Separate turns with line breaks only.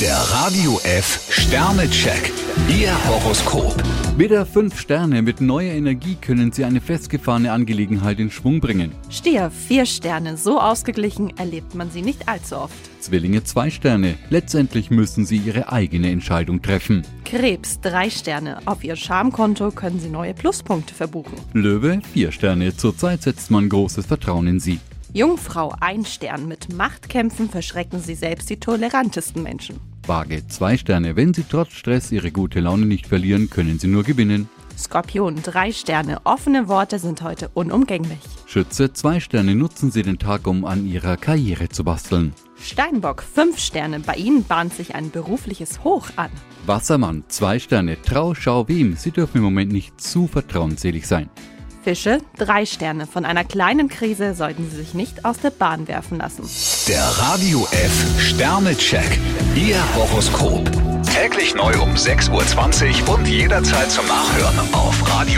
Der Radio F Sternecheck. Ihr Horoskop.
Wieder fünf Sterne mit neuer Energie können Sie eine festgefahrene Angelegenheit in Schwung bringen.
Stier, vier Sterne, so ausgeglichen erlebt man sie nicht allzu oft.
Zwillinge zwei Sterne. Letztendlich müssen Sie Ihre eigene Entscheidung treffen.
Krebs, drei Sterne, auf ihr Charmkonto können sie neue Pluspunkte verbuchen.
Löwe vier Sterne. Zurzeit setzt man großes Vertrauen in Sie.
Jungfrau, ein Stern, mit Machtkämpfen verschrecken sie selbst die tolerantesten Menschen.
Waage zwei Sterne. Wenn Sie trotz Stress Ihre gute Laune nicht verlieren, können Sie nur gewinnen.
Skorpion, drei Sterne, offene Worte sind heute unumgänglich.
Schütze zwei Sterne. Nutzen Sie den Tag, um an Ihrer Karriere zu basteln.
Steinbock, fünf Sterne, bei ihnen bahnt sich ein berufliches Hoch an.
Wassermann zwei Sterne. Trau, schau wem. Sie dürfen im Moment nicht zu vertrauensselig sein.
Fische, drei Sterne, von einer kleinen Krise sollten sie sich nicht aus der Bahn werfen lassen.
Der Radio F Sternecheck. Ihr Horoskop. Täglich neu um 6.20 Uhr und jederzeit zum Nachhören auf Radio